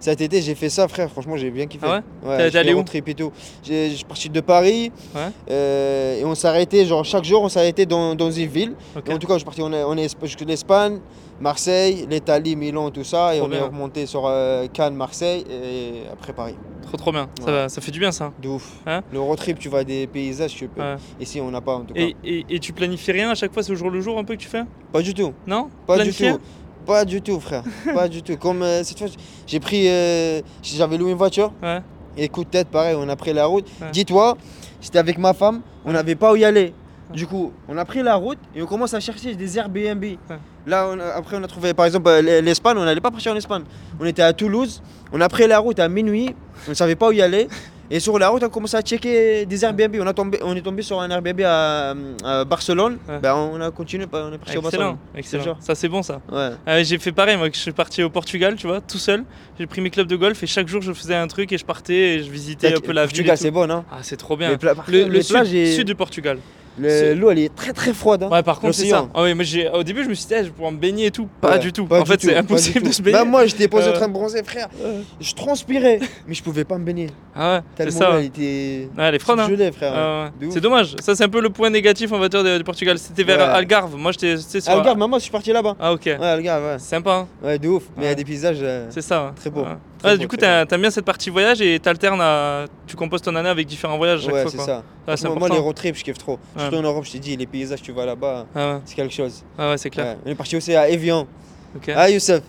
B: cet été, j'ai fait ça, frère. Franchement, j'ai bien kiffé.
A: Ah ouais T'es-
B: j'ai
A: t'es
B: fait
A: allé
B: les
A: où
B: road trips et tout. J'ai- Je suis parti de Paris
A: Ouais.
B: euh, et on s'arrêtait, genre chaque jour, on s'arrêtait dans, dans une ville.
A: Ok.
B: Et En tout cas, je suis parti en, en Esp- jusqu'en Espagne, Marseille, l'Italie, Milan, tout ça. Et
A: Trop
B: on est
A: bien.
B: remonté sur euh, Cannes, Marseille et après Paris.
A: Trop trop bien, ça,
B: Ouais.
A: va- ça fait du bien ça.
B: De ouf.
A: Hein
B: le road trip, tu vois des paysages, tu peux.
A: Ouais.
B: Ici, on n'a pas en tout cas.
A: Et, et- et tu planifies rien à chaque fois, c'est au jour le jour un peu que tu fais
B: Pas du tout.
A: Non
B: Pas
A: Planifier
B: du tout. Pas du tout, frère. pas du tout. Comme euh, cette fois, j'ai pris. euh, J'avais loué une voiture.
A: Ouais.
B: Et coup de tête, pareil, on a pris la route.
A: Ouais.
B: Dis-toi, j'étais avec ma femme, on n'avait pas où y aller.
A: Ouais.
B: Du coup, on a pris la route et on commence à chercher des Airbnb.
A: Ouais.
B: Là, on a- après, on a trouvé, par exemple, euh, l- l'Espagne, on n'allait pas partir en Espagne. On était à Toulouse, on a pris la route à minuit, on ne savait pas où y aller. Et sur la route, on commence à checker des Airbnb. On, a tombé, on est tombé sur un Airbnb à, à Barcelone.
A: Ouais.
B: Ben, on a continué, on est parti au
A: Excellent,
B: Barcelone.
A: excellent.
B: sûr.
A: Ça c'est bon ça.
B: Ouais.
A: Ah, j'ai fait pareil, moi, que je suis parti au Portugal, tu vois, tout seul. J'ai pris mes clubs de golf et chaque jour je faisais un truc et je partais et je visitais un peu la ville. et
B: Portugal, c'est
A: tout.
B: bon, hein
A: Ah, c'est trop bien.
B: Les pla- par
A: Le,
B: contre,
A: le
B: les
A: sud,
B: plages et-
A: sud du Portugal.
B: le-
A: c'est-
B: L'eau, elle est très très froide. hein.
A: Ouais, par contre, c'est ça.
B: L'océan.
A: Ah ouais, moi, j'ai- au début, je me suis dit, ah, je vais pouvoir me baigner et tout. Pas
B: Ouais,
A: du tout.
B: pas
A: en
B: du
A: fait,
B: tout,
A: c'est
B: pas
A: impossible
B: du
A: de
B: tout.
A: se baigner.
B: Bah, moi, j'étais posé en
A: Euh.
B: train de bronzer, frère.
A: Ouais.
B: Je transpirais, mais je pouvais pas me baigner.
A: Ah ouais, c'est
B: Tellement
A: ça.
B: elle était.
A: Ouais, elle est froide, hein.
B: gelée, frère.
A: Ah ouais.
B: de ouf.
A: C'est dommage. Ça, c'est un peu le point négatif, on va dire, de- du Portugal. C'était vers
B: Ouais.
A: Algarve. Moi, j'étais c'était sur.
B: Ah, regarde, maman, je suis parti là-bas.
A: Ah, ok.
B: Ouais, regarde, ouais.
A: Sympa, hein.
B: Ouais, de ouf. Mais il y a
A: Ouais.
B: des paysages. euh,
A: c'est ça. hein.
B: Très beau.
A: Ouais.
B: Très
A: Ouais,
B: beau,
A: du coup,
B: très
A: t'as- t'aimes bien cette partie voyage et t'alternes à. Tu composes ton année avec différents voyages à chaque
B: Ouais,
A: fois.
B: c'est
A: quoi.
B: ça.
A: Ah, c'est
B: moi, moi, les
A: important.
B: road trips, je kiffe trop. Surtout en Europe, je te dis, les paysages, tu vas là-bas,
A: Ah ouais,
B: c'est quelque chose.
A: ah ouais, c'est clair.
B: Ouais. On est parti aussi à Evian.
A: Ok.
B: Ah, Youssef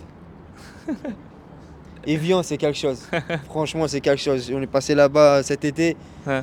B: Evian, c'est quelque chose. Franchement, c'est quelque chose. On est passé là-bas cet été.
A: Ouais.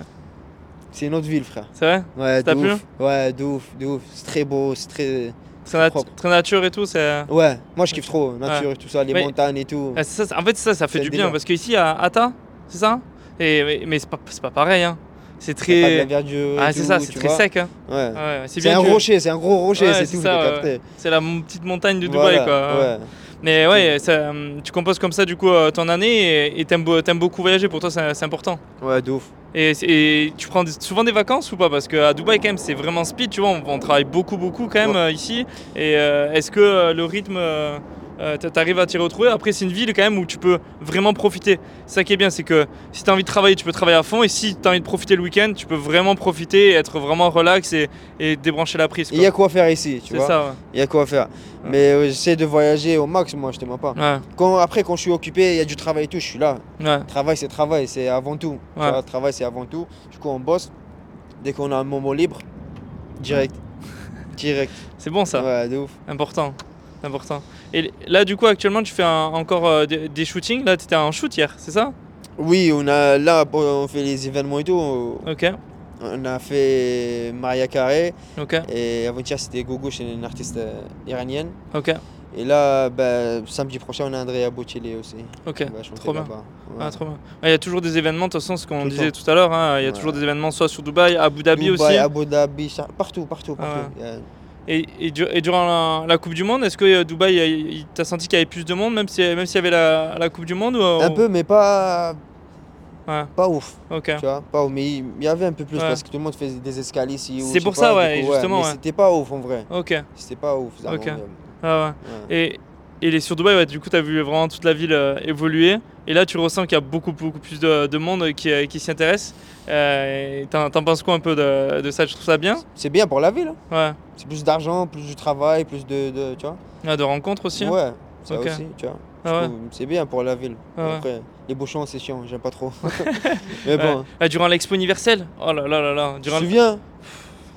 B: C'est une autre ville, frère.
A: C'est vrai
B: Ouais, de
A: t'a plu
B: ouf. Ouais, de ouf, de ouf. C'est très beau, c'est très.
A: très, nat-
B: propre.
A: très nature et tout, c'est.
B: Ouais, moi je kiffe trop. hein, Nature et tout ça, les
A: Mais-
B: montagnes et tout.
A: Ah, c'est ça, c'est- en fait, ça, ça fait
B: C'est le
A: du bien
B: délire.
A: parce qu'ici à Atta, c'est ça et, Mais, mais c'est pas, c'est pas pareil, hein. C'est
B: T'as pas de la
A: très.
B: verdure et
A: Ah, c'est
B: tout,
A: ça, c'est
B: tu
A: très
B: vois.
A: sec. Hein.
B: Ouais.
A: Ah ouais, c'est
B: C'est
A: bien
B: un
A: que-
B: rocher, c'est un gros rocher,
A: Ouais,
B: c'est
A: c'est
B: tout,
A: ça,
B: j'ai
A: ouais,
B: capté.
A: C'est la m- petite montagne de Dubaï,
B: Voilà,
A: quoi. hein.
B: ouais.
A: Mais ouais, ça, hum, tu composes comme ça, du coup, euh, ton année et- et t'aimes beau- t'aimes beaucoup voyager. Pour toi, c'est c'est important.
B: Ouais, de ouf.
A: Et, c'est- et tu prends des- souvent des vacances ou pas Parce qu'à Dubaï, quand même, c'est vraiment speed, tu vois. On, on travaille beaucoup, beaucoup quand même
B: Ouais.
A: euh, ici. Et euh, est-ce que euh, le rythme, euh, euh, t'a- t'arrives à t'y retrouver Après, c'est une ville quand même où tu peux vraiment profiter. C'est ça qui est bien, c'est que si t'as envie de travailler, tu peux travailler à fond. Et si t'as envie de profiter le week-end, tu peux vraiment profiter et être vraiment relax et, et débrancher la prise.
B: Il
A: quoi.
B: y a quoi faire ici, tu
A: C'est
B: vois.
A: ça, ouais.
B: Il y a quoi faire. Mais euh, j'essaie de voyager au max, moi, je te mens pas.
A: Ouais,
B: Quand, après, quand je suis occupé, il y a du travail et tout, je suis là.
A: ouais.
B: Travail, c'est travail, c'est avant tout. Tu
A: Ouais.
B: vois, travail, c'est avant tout. Du coup, on bosse. Dès qu'on a un moment libre, direct. direct.
A: C'est bon ça,
B: Ouais, de ouf.
A: important. Important. Et là, du coup, actuellement, tu fais un- encore euh, des, des shootings. Là, tu étais en shoot hier, c'est ça
B: Oui, on a là, bon, on fait les événements et tout.
A: Ok,
B: On a fait Maria Carré
A: ok,
B: et avant-hier, c'était Gogo chez une artiste euh, iranienne.
A: ok,
B: Et là, bah, samedi prochain, on a Andrea Bocelli aussi.
A: ok.
B: On va chanter
A: trop bien.
B: là-bas.
A: Ah,
B: Ouais.
A: trop bien. Ah, Il y a toujours des événements, de toute façon, ce qu'on
B: Tout le
A: disait tout à l'heure. hein, Il y a
B: Ouais.
A: toujours des événements, soit sur Dubaï, Abu Dhabi
B: Dubaï,
A: aussi.
B: Abu Dhabi, Shah- partout, partout,
A: Ah
B: partout. Il y a-
A: Et, et du- et durant la, la Coupe du Monde, est-ce que euh, Dubaï, il- il- t'as senti qu'il y avait plus de monde, même si- même s'il y avait la, la Coupe du Monde ou,
B: Un peu, mais pas.
A: Oh. Ouais.
B: Pas ouf,
A: Ok.
B: tu vois. Pas ouf. Mais il y avait un peu plus
A: Ouais.
B: parce que tout le monde faisait des escales ici. ou
A: C'est
B: je sais
A: pour
B: pas,
A: ça,
B: du
A: ouais,
B: coup,
A: justement,
B: mais
A: ouais.
B: C'était pas ouf en vrai.
A: Ok.
B: C'était pas ouf. ça,
A: Ok.
B: vraiment,
A: Ah ouais.
B: ouais.
A: Et, et les sur Dubaï, ouais, du coup, tu as vu vraiment toute la ville euh, évoluer. Et là, tu ressens qu'il y a beaucoup, beaucoup plus de, de monde qui, euh, qui s'y intéresse. Euh, et T'en t'en penses quoi un peu de, de ça Je trouve ça bien.
B: C'est bien pour la ville. hein.
A: Ouais.
B: C'est plus d'argent, plus du travail, plus de. de- tu vois
A: Ah, de rencontres aussi. hein.
B: Ouais, ça
A: Ok.
B: aussi, tu vois.
A: Ah ouais.
B: Je trouve- C'est bien pour la ville.
A: Ah ouais.
B: Après, les bouchons, c'est chiant, j'aime pas trop. mais bon,
A: Ah, durant l'expo universelle Oh là là là là.
B: tu
A: Durant
B: te
A: le-
B: souviens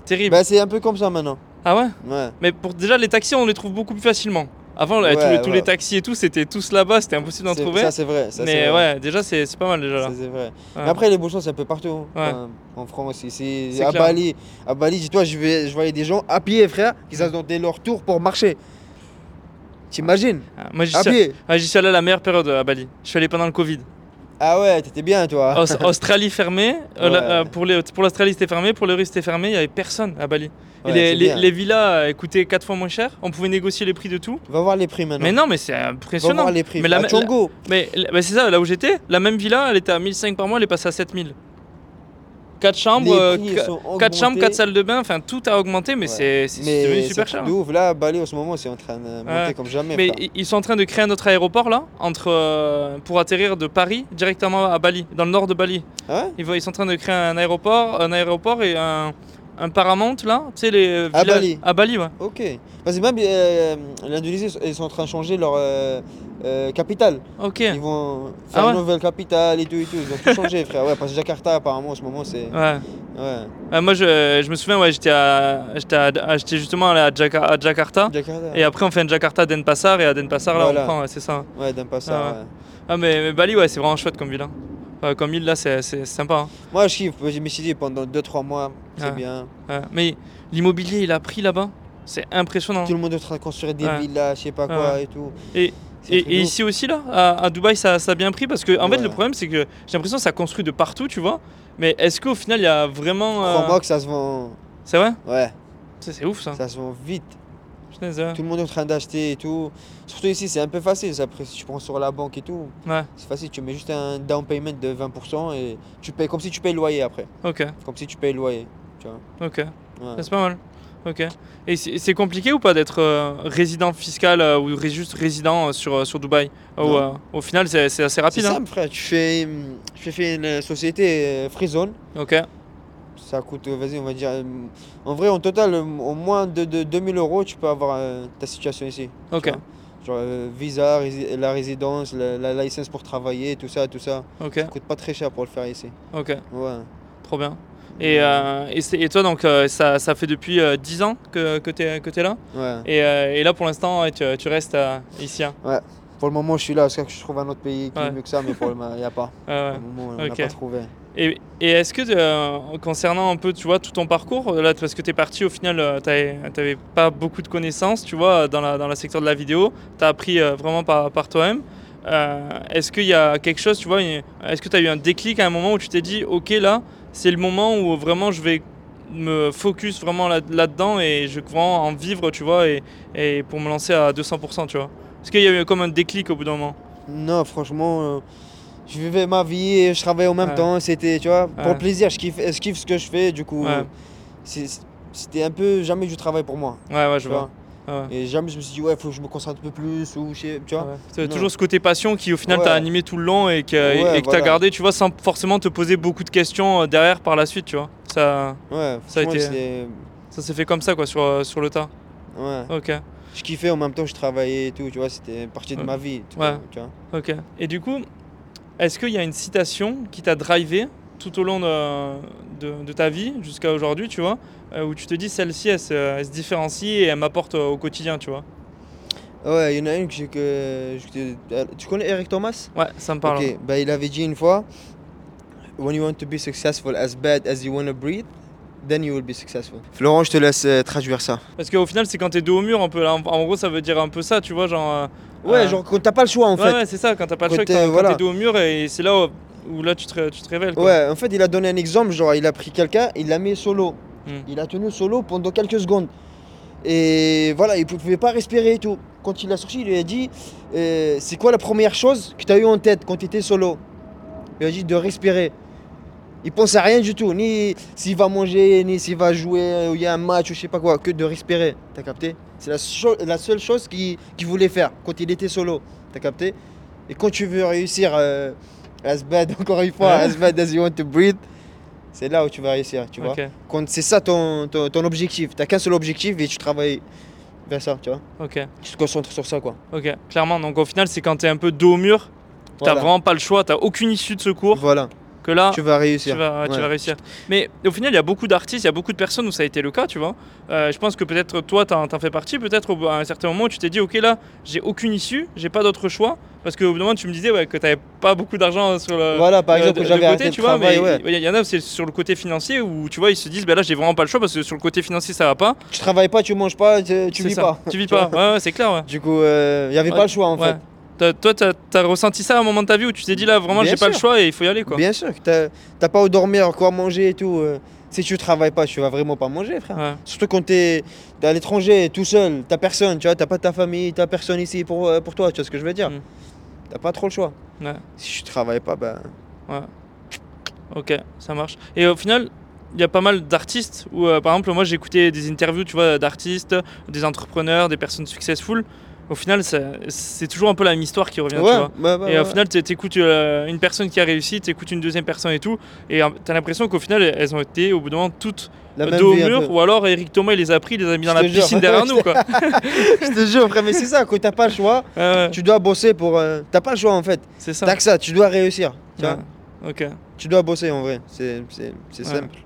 A: Terrible.
B: Bah, c'est un peu comme ça maintenant.
A: Ah ouais
B: Ouais.
A: Mais pour déjà, les taxis, on les trouve beaucoup plus facilement. Avant, là, tous,
B: Ouais,
A: les, tous
B: ouais.
A: les taxis et tout, c'était tous là-bas, c'était impossible d'en
B: C'est-
A: trouver.
B: Ça, c'est vrai. ça,
A: mais
B: c'est vrai.
A: ouais, déjà, c'est c'est pas mal déjà là.
B: Ça, c'est vrai.
A: Ouais.
B: Mais après, les bouchons, c'est un peu partout. hein.
A: Ouais.
B: Enfin, en France, ici,
A: C'est
B: à
A: clair.
B: Bali. À Bali, dis-toi, je, vais- je voyais des gens à pied, frère, qui s'attendaient leur tour pour marcher. T'imagines
A: Ah, Moi, j'y
B: À
A: suis,
B: pied
A: ah, j'y suis allé à la meilleure période à Bali. Je suis allé pendant le Covid.
B: Ah ouais, t'étais bien, toi.
A: Aus- Australie fermée, euh, la-
B: Ah. Ouais.
A: euh, pour les- pour l'Australie c'était fermé, pour le Russie c'était fermé, il n'y avait personne à Bali. Et
B: Ouais,
A: Oh, les,
B: c'est
A: les-
B: bien.
A: les villas euh, coûtaient 4 fois moins cher, on pouvait négocier les prix de tout.
B: Va voir les prix maintenant.
A: Mais non, mais c'est
B: Va
A: impressionnant.
B: voir les prix.
A: Mais la-
B: à
A: la-
B: Tchongo,
A: Mais l- bah, c'est ça, là où j'étais, la même villa elle était à 1500 par mois, elle est passée à 7000. 4 chambres, euh,
B: les prix
A: qu-
B: sont
A: quatre chambres,
B: augmentés.
A: 4 salles de bain, enfin tout a augmenté, mais
B: Ouais.
A: c'est c'est
B: Mais
A: devenu
B: c'est
A: super
B: un
A: cher. hein.
B: truc de ouf. Là, à Bali, en ce moment, c'est en train de monter
A: Ouais.
B: comme jamais.
A: Mais
B: frère.
A: i- ils sont en train de créer un autre aéroport là, entre, euh, pour atterrir de Paris directement à Bali, dans le nord de Bali.
B: Ah ouais
A: Ils, vont- ils sont en train de créer un aéroport, un aéroport et un, un Paramount là, tu sais les
B: À
A: villas-
B: Bali.
A: À Bali, ouais.
B: Ok. Parce que même euh, l'Indonésie, ils sont en train de changer leur euh, euh, capitale.
A: Ok.
B: Ils vont faire
A: Ah ouais
B: une nouvelle capitale et tout et tout. Ils ont tout changé, frère. Ouais, parce que Jakarta, apparemment, en ce moment, c'est.
A: Ouais.
B: Ouais.
A: Ouais, moi je, je me souviens, ouais, j'étais à- j'étais à- à- j'étais justement allé à, Jaka- à Jakarta.
B: Jakarta.
A: Ah. Et après on fait un Jakarta à Denpasar et à Denpasar là
B: Voilà.
A: on prend, ouais, c'est ça.
B: Ouais, d'un passage.
A: Ah ouais. Ah mais, mais Bali ouais c'est vraiment chouette comme ville. hein. Euh, comme île là c'est c'est sympa. hein.
B: Moi, je kiffe. Je me suis dit pendant 2-3 mois, c'est
A: Ouais.
B: bien.
A: Ouais. Mais l'immobilier il a pris là-bas, c'est impressionnant.
B: Tout le monde est en train de construire des
A: Ouais. Ah
B: villas, je sais pas
A: Ouais,
B: quoi et tout.
A: Et
B: C'est un
A: Et,
B: truc
A: et
B: de ouf.
A: ici aussi, là, à, à Dubaï, ça, ça a bien pris parce que, en fait,
B: Ouais.
A: le problème, c'est que j'ai l'impression que ça construit de partout, tu vois. Mais est-ce qu'au final, il y a vraiment. euh,
B: Crois-moi que ça se vend.
A: C'est vrai
B: Ouais,
A: Ça, C'est ouf, ça.
B: ça se vend vite.
A: Putain, c'est vrai.
B: Tout le monde est en train d'acheter et tout. Surtout ici, c'est un peu facile. ça. Après, si tu prends sur la banque et tout,
A: Ouais,
B: c'est facile. Tu mets juste un down payment de 20% et tu payes comme si tu payes le loyer après.
A: ok,
B: Comme si tu payes le loyer.
A: ok.
B: Ouais.
A: Ça, C'est pas mal. Ok. Et c'est c'est compliqué ou pas d'être euh, résident fiscal euh, ou ré- juste résident euh, sur, euh, sur Dubaï Ou,
B: Non.
A: euh, Au final, c'est c'est assez
B: C'est
A: rapide. hein.
B: simple, frère. Tu fais, hum, je fais une société euh, Free Zone.
A: Ok.
B: Ça coûte, euh, vas-y, on va dire. euh, En vrai, en total, euh, au moins de, de 2000 euros, tu peux avoir euh, ta situation ici. tu
A: Ok.
B: vois. Genre euh, visa, rési- la résidence, la, la licence pour travailler, tout ça, tout ça.
A: Ok.
B: Ça coûte pas très cher pour le faire ici.
A: Ok.
B: Ouais.
A: Trop bien. Et, euh, et, c'est- et toi, donc, euh, ça, ça fait depuis euh, 10 ans que, que tu es, là
B: Ouais.
A: et, euh, et là, pour l'instant, ouais, tu, tu restes euh, ici. hein.
B: Pour le moment, je suis là parce que je trouve un autre pays qui
A: Ouais.
B: est mieux que ça, mais pour le moment, il n'y a pas.
A: Ouais,
B: Pour
A: ouais.
B: le moment, on n'a
A: Ok.
B: pas trouvé.
A: Et, et est-ce que, euh, concernant un peu, tu vois, tout ton parcours, euh, là, parce que tu es parti, au final, tu n'avais pas beaucoup de connaissances, tu vois, dans la, dans le secteur de la vidéo, tu as appris euh, vraiment par, par toi-même. Euh, Est-ce qu'il y a quelque chose, tu vois, une- est-ce que tu as eu un déclic à un moment où tu t'es dit, OK, là, c'est le moment où vraiment je vais me focus vraiment là- là-dedans et je vais vraiment en vivre, tu vois, et, et pour me lancer à 200%, tu vois Est-ce qu'il y a eu comme un déclic au bout d'un moment
B: Non, franchement, euh, je vivais ma vie et je travaillais en même
A: Ouais.
B: temps. C'était, tu vois, pour
A: Ouais.
B: le plaisir, je kiffe, je kiffe ce que je fais. Du coup,
A: Ouais.
B: euh, c'est- c'était un peu jamais du travail pour moi.
A: Ouais, ouais,
B: Tu
A: je
B: vois.
A: vois. Ouais, ouais.
B: Et jamais je me suis dit, ouais, faut que je me concentre un peu plus ou je sais- tu vois.
A: Ah Ouais. T'as
B: Non.
A: toujours ce côté passion qui au final
B: Ouais.
A: t'a animé tout le long et que, et-
B: Ouais,
A: et que
B: voilà.
A: t'as gardé, tu vois, sans forcément te poser beaucoup de questions euh, derrière par la suite, tu vois. Ça,
B: Ouais,
A: Ça a
B: franchement,
A: été-
B: c'est-
A: ça s'est fait comme ça, quoi, sur, euh, sur le tas.
B: Ouais.
A: Ok,
B: Je kiffais en même temps, je travaillais et tout, tu vois, c'était une partie de
A: Ouais.
B: ma vie. tout
A: Ouais.
B: comme, tu vois.
A: ok. Et du coup, est-ce qu'il y a une citation qui t'a drivé tout au long de, de- de ta vie jusqu'à aujourd'hui, tu vois, euh, où tu te dis celle-ci, elle, se- elle se différencie et elle m'apporte euh, au quotidien, tu vois
B: Ouais, il y en a une que j'ai que. je- Tu connais Eric Thomas
A: Ouais, ça me parle.
B: Ok, bah, il avait dit une fois When you want to be successful as bad as you want to breathe, then you will be successful. Florent, je te laisse euh, traduire ça.
A: Parce qu'au final, c'est quand t'es dos au mur, un peu. là, en, en gros, ça veut dire un peu ça, tu vois, genre. euh,
B: Ouais,
A: euh,
B: genre quand t'as pas le choix en
A: ouais,
B: fait.
A: ouais, c'est ça, quand t'as pas le
B: Quand
A: choix,
B: t'es-
A: quand t'es
B: voilà.
A: dos au mur, et c'est là où, où là tu te, ré- tu te révèles.
B: Ouais.
A: quoi.
B: en fait, il a donné un exemple genre, il a pris quelqu'un, il l'a mis solo.
A: Hmm.
B: Il a tenu solo pendant quelques secondes. Et voilà, il pouvait pas respirer et tout. Quand il l'a sorti, il lui a dit euh, C'est quoi la première chose que t'as eu en tête quand t'étais solo Il lui a dit de respirer. Il pense à rien du tout, ni s'il va manger, ni s'il va jouer, ou il y a un match, ou je sais pas quoi, que de respirer. T'as capté C'est la, cho- la seule chose qu'il qu'il voulait faire quand il était solo. T'as capté Et quand tu veux réussir, euh, as bad, encore une fois, as bad as you want to breathe, c'est là où tu vas réussir, tu vois.
A: Ok,
B: Quand c'est ça ton, ton, ton objectif, t'as qu'un seul objectif et tu travailles vers ça, tu vois.
A: ok,
B: Tu te concentres sur ça, quoi.
A: ok. Clairement, donc au final, c'est quand t'es un peu dos au mur,
B: Voilà.
A: t'as vraiment pas le choix, t'as aucune issue de secours,
B: Voilà,
A: que là,
B: tu vas réussir.
A: tu vas, tu
B: Ouais.
A: vas réussir. Mais au final, il y a beaucoup d'artistes, il y a beaucoup de personnes où ça a été le cas, tu vois. Euh, je pense que peut-être toi, t'en t'en fais partie. Peut-être au bout- à un certain moment, tu t'es dit, ok, là, j'ai aucune issue, j'ai pas d'autre choix. Parce qu'au bout d'un moment, tu me disais ouais, que t'avais pas beaucoup d'argent sur le.
B: Voilà, par
A: le-
B: exemple,
A: le
B: quand j'avais
A: euh, côté,
B: arrêté le
A: tu vois,
B: travail,
A: mais
B: ouais.
A: il y- il y en a, c'est sur le côté financier où tu vois, ils se disent, ben là, j'ai vraiment pas le choix parce que sur le côté financier, ça va pas.
B: Tu travailles pas, tu manges pas, tu, tu
A: C'est
B: vis
A: ça.
B: pas.
A: Tu vis pas. Ouais, ouais, c'est clair, ouais.
B: Du coup, il n'y avait
A: Ouais.
B: pas le choix, en
A: Ouais.
B: fait.
A: T'as- toi, t'as as ressenti ça à un moment de ta vie où tu t'es dit là, vraiment,
B: Bien
A: j'ai pas le
B: sûr.
A: choix et il faut y aller quoi.
B: Bien sûr, que t'as- t'as pas où dormir, quoi manger et tout. euh, si tu travailles pas, tu vas vraiment pas manger, frère.
A: Ouais,
B: Surtout quand t'es t'es à l'étranger, tout seul, t'as personne, tu vois, t'as pas ta famille, t'as personne ici pour, euh, pour toi, tu vois ce que je veux dire
A: Mm.
B: T'as pas trop le choix.
A: Ouais.
B: Si tu travailles pas, bah...
A: ok, ça marche. Et au final, il y a pas mal d'artistes où, euh, par exemple, moi j'ai écouté des interviews, tu vois, d'artistes, des entrepreneurs, des personnes successful. Au final, ça- c'est toujours un peu la même histoire qui revient, tu vois.
B: bah, bah,
A: Et au
B: ouais.
A: final, t'é- t'écoutes euh, une personne qui a réussi, t'écoutes une deuxième personne et tout, et euh, t'as l'impression qu'au final, elles ont été au bout d'un moment toutes
B: La
A: dos au
B: vie, un
A: mur,
B: peu.
A: ou alors Eric Thomas il les a pris, il les a mis
B: Je
A: dans la
B: te jure.
A: piscine derrière nous, quoi.
B: Je te jure, frère, mais c'est ça, quand t'as pas le choix,
A: Ouais, ouais,
B: tu dois bosser pour. euh, T'as pas le choix en fait.
A: c'est ça.
B: T'as que ça, tu dois réussir. Tu, vois.
A: Ouais, Ok.
B: tu dois bosser en vrai, c'est c'est- c'est
A: Ouais.
B: simple.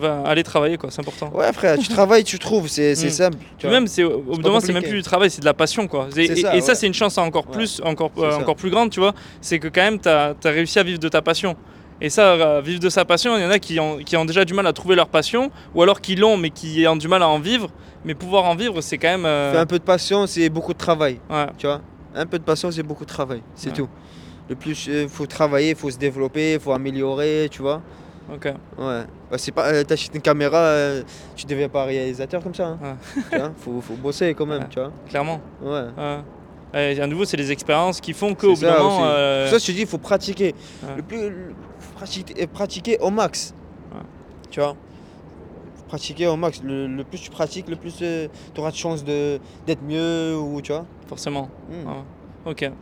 A: Va aller travailler, quoi, c'est important.
B: Ouais, frère, tu travailles, tu trouves, c'est c'est
A: Mm.
B: simple. Tu
A: Puis
B: vois.
A: même, c'est au bout d'un moment, c'est même
B: compliqué.
A: plus du travail, c'est de la passion, quoi. Et,
B: C'est
A: et-
B: ça,
A: et ça,
B: ouais.
A: c'est une chance encore
B: Ouais.
A: plus, encore,
B: C'est
A: euh,
B: ça.
A: encore plus grande, tu vois. C'est que quand même, tu as, réussi à vivre de ta passion. Et ça, euh, vivre de sa passion, il y en a qui ont, qui ont déjà du mal à trouver leur passion, ou alors qui l'ont, mais qui ont du mal à en vivre. Mais pouvoir en vivre, c'est quand même. euh,
B: Fais un peu de patience et beaucoup de travail,
A: ouais.
B: tu vois. un peu de patience et beaucoup de travail, c'est
A: Ouais.
B: tout. Le plus, il faut travailler, il faut se développer, il faut améliorer, tu vois.
A: Ok.
B: Ouais. Bah, c'est pas, euh, t'achètes une caméra, euh, tu deviens pas réalisateur comme ça. Hein. Tu vois, faut, faut bosser quand même,
A: Ouais.
B: tu vois.
A: Clairement.
B: Ouais.
A: Ouais. Et à nouveau, c'est les expériences qui font
B: C'est
A: qu'au bout
B: ça
A: d'un moment.
B: aussi.
A: euh,
B: Pour ça, je te dis, il faut pratiquer.
A: Ouais.
B: Le plus, le- faut pratiquer, et pratiquer au max.
A: Ouais.
B: Tu vois Pratiquer au max. Le, le plus tu pratiques, le plus tu auras de chances de- d'être mieux ou tu vois.
A: Forcément.
B: Hmm.
A: Ouais. Ok,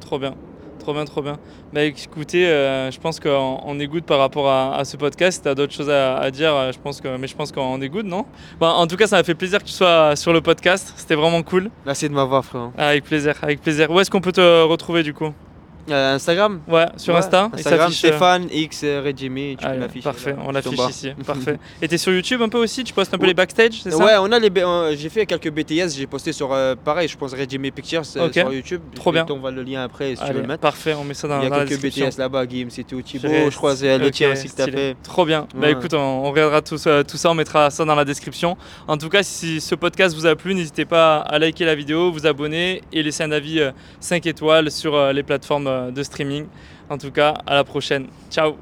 A: trop bien. Trop bien, trop bien. Bah écoutez, euh, je pense qu'on on est good par rapport à, à ce podcast. T'as d'autres choses à, à dire, euh, je pense que, mais je pense qu'on est good, non Bah, En tout cas, ça m'a fait plaisir que tu sois sur le podcast. C'était vraiment cool.
B: Merci de m'avoir, frère.
A: Ah, Avec plaisir, avec plaisir. Où est-ce qu'on peut te retrouver du coup
B: Euh, Instagram
A: Ouais, sur
B: Ouais,
A: Insta il
B: Instagram,
A: s'affiche, euh,
B: Stéphane, X, euh, Red Jimmy, tu
A: allez,
B: peux l'afficher.
A: parfait,
B: là,
A: on
B: tout en
A: l'affiche
B: bas.
A: ici. Parfait. Et t'es sur YouTube un peu aussi Tu postes un peu
B: Ouais.
A: les backstage, c'est ça
B: Ouais, on a les, B- euh, j'ai fait quelques BTS, j'ai posté sur euh, pareil, je pense Red Jimmy Pictures euh,
A: Ok.
B: sur YouTube.
A: Trop bien.
B: On va le lien après si tu veux le
A: Allez,
B: mettre.
A: parfait, on met ça dans,
B: Il y a
A: dans la
B: quelques
A: description.
B: BTS là-bas, Guillaume, c'est tout. Thibaut,
A: Purée,
B: je crois, c'est le
A: ok,
B: tien aussi que t'as
A: stylé.
B: fait.
A: Trop bien. Bah
B: Ouais.
A: écoute, on, on regardera tout ça, tout ça, on mettra ça dans la description. En tout cas, si ce podcast vous a plu, n'hésitez pas à liker la vidéo, vous abonner et laisser un avis euh, 5 étoiles sur euh, les plateformes euh, de streaming. En tout cas, à la prochaine. Ciao